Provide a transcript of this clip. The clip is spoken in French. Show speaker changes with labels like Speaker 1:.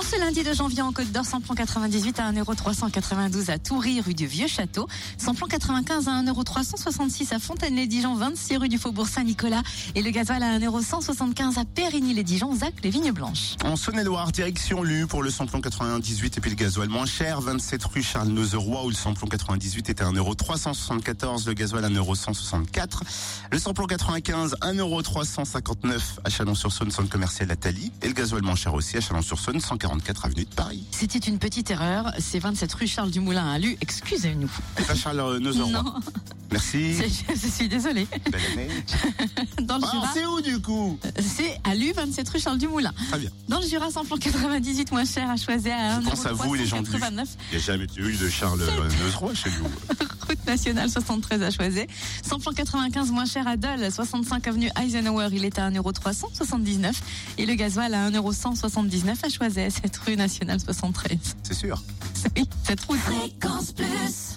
Speaker 1: ce lundi de janvier en Côte d'Or, samplon 98 à 1,392€ à Toury, rue du Vieux-Château. Samplon 95 à 1,366€ à Fontaine-les-Dijon, 26 rue du Faubourg Saint-Nicolas. Et le gasoil à 1,175€ à Périgny-les-Dijon, Zac, les Vignes Blanches.
Speaker 2: En Saône-et-Loire, direction Lu pour le samplon 98 et puis le gasoil moins cher, 27 rue Charles Nozeroy où le samplon 98 était à 1,374€, le gasoil à 1,164€, le samplon 95 1,359€ à Chalon-sur-Saône, centre commercial Atali et le gasoil moins cher aussi à Chalon-sur-Saône, 144 avenue de Paris.
Speaker 1: C'était une petite erreur. C'est 27 rue Charles Dumoulin à Lu. Excusez-nous.
Speaker 2: C'est pas Charles euh, Nozeroy.
Speaker 1: Non,
Speaker 2: Merci.
Speaker 1: je, je suis désolée.
Speaker 2: Belle année.
Speaker 1: Dans le
Speaker 2: Ah,
Speaker 1: Jura,
Speaker 2: c'est où du coup
Speaker 1: c'est à Lu, 27 rue Charles Dumoulin.
Speaker 2: Très bien.
Speaker 1: Dans le Jura, samplon 98 moins cher à choisir à
Speaker 2: Je pense à vous, les gens du-
Speaker 1: 1,389.
Speaker 2: Il n'y a jamais eu de Charles euh, Nozeroy chez nous.
Speaker 1: Route nationale 73 à Choisey. Samplon 95 moins cher à Dole, 65 avenue Eisenhower, il est à 1,379€. Et le gasoil à 1,179€ à Choisey, cette rue nationale 73.
Speaker 2: C'est sûr.
Speaker 1: Oui, cette route.
Speaker 3: Fréquence Plus.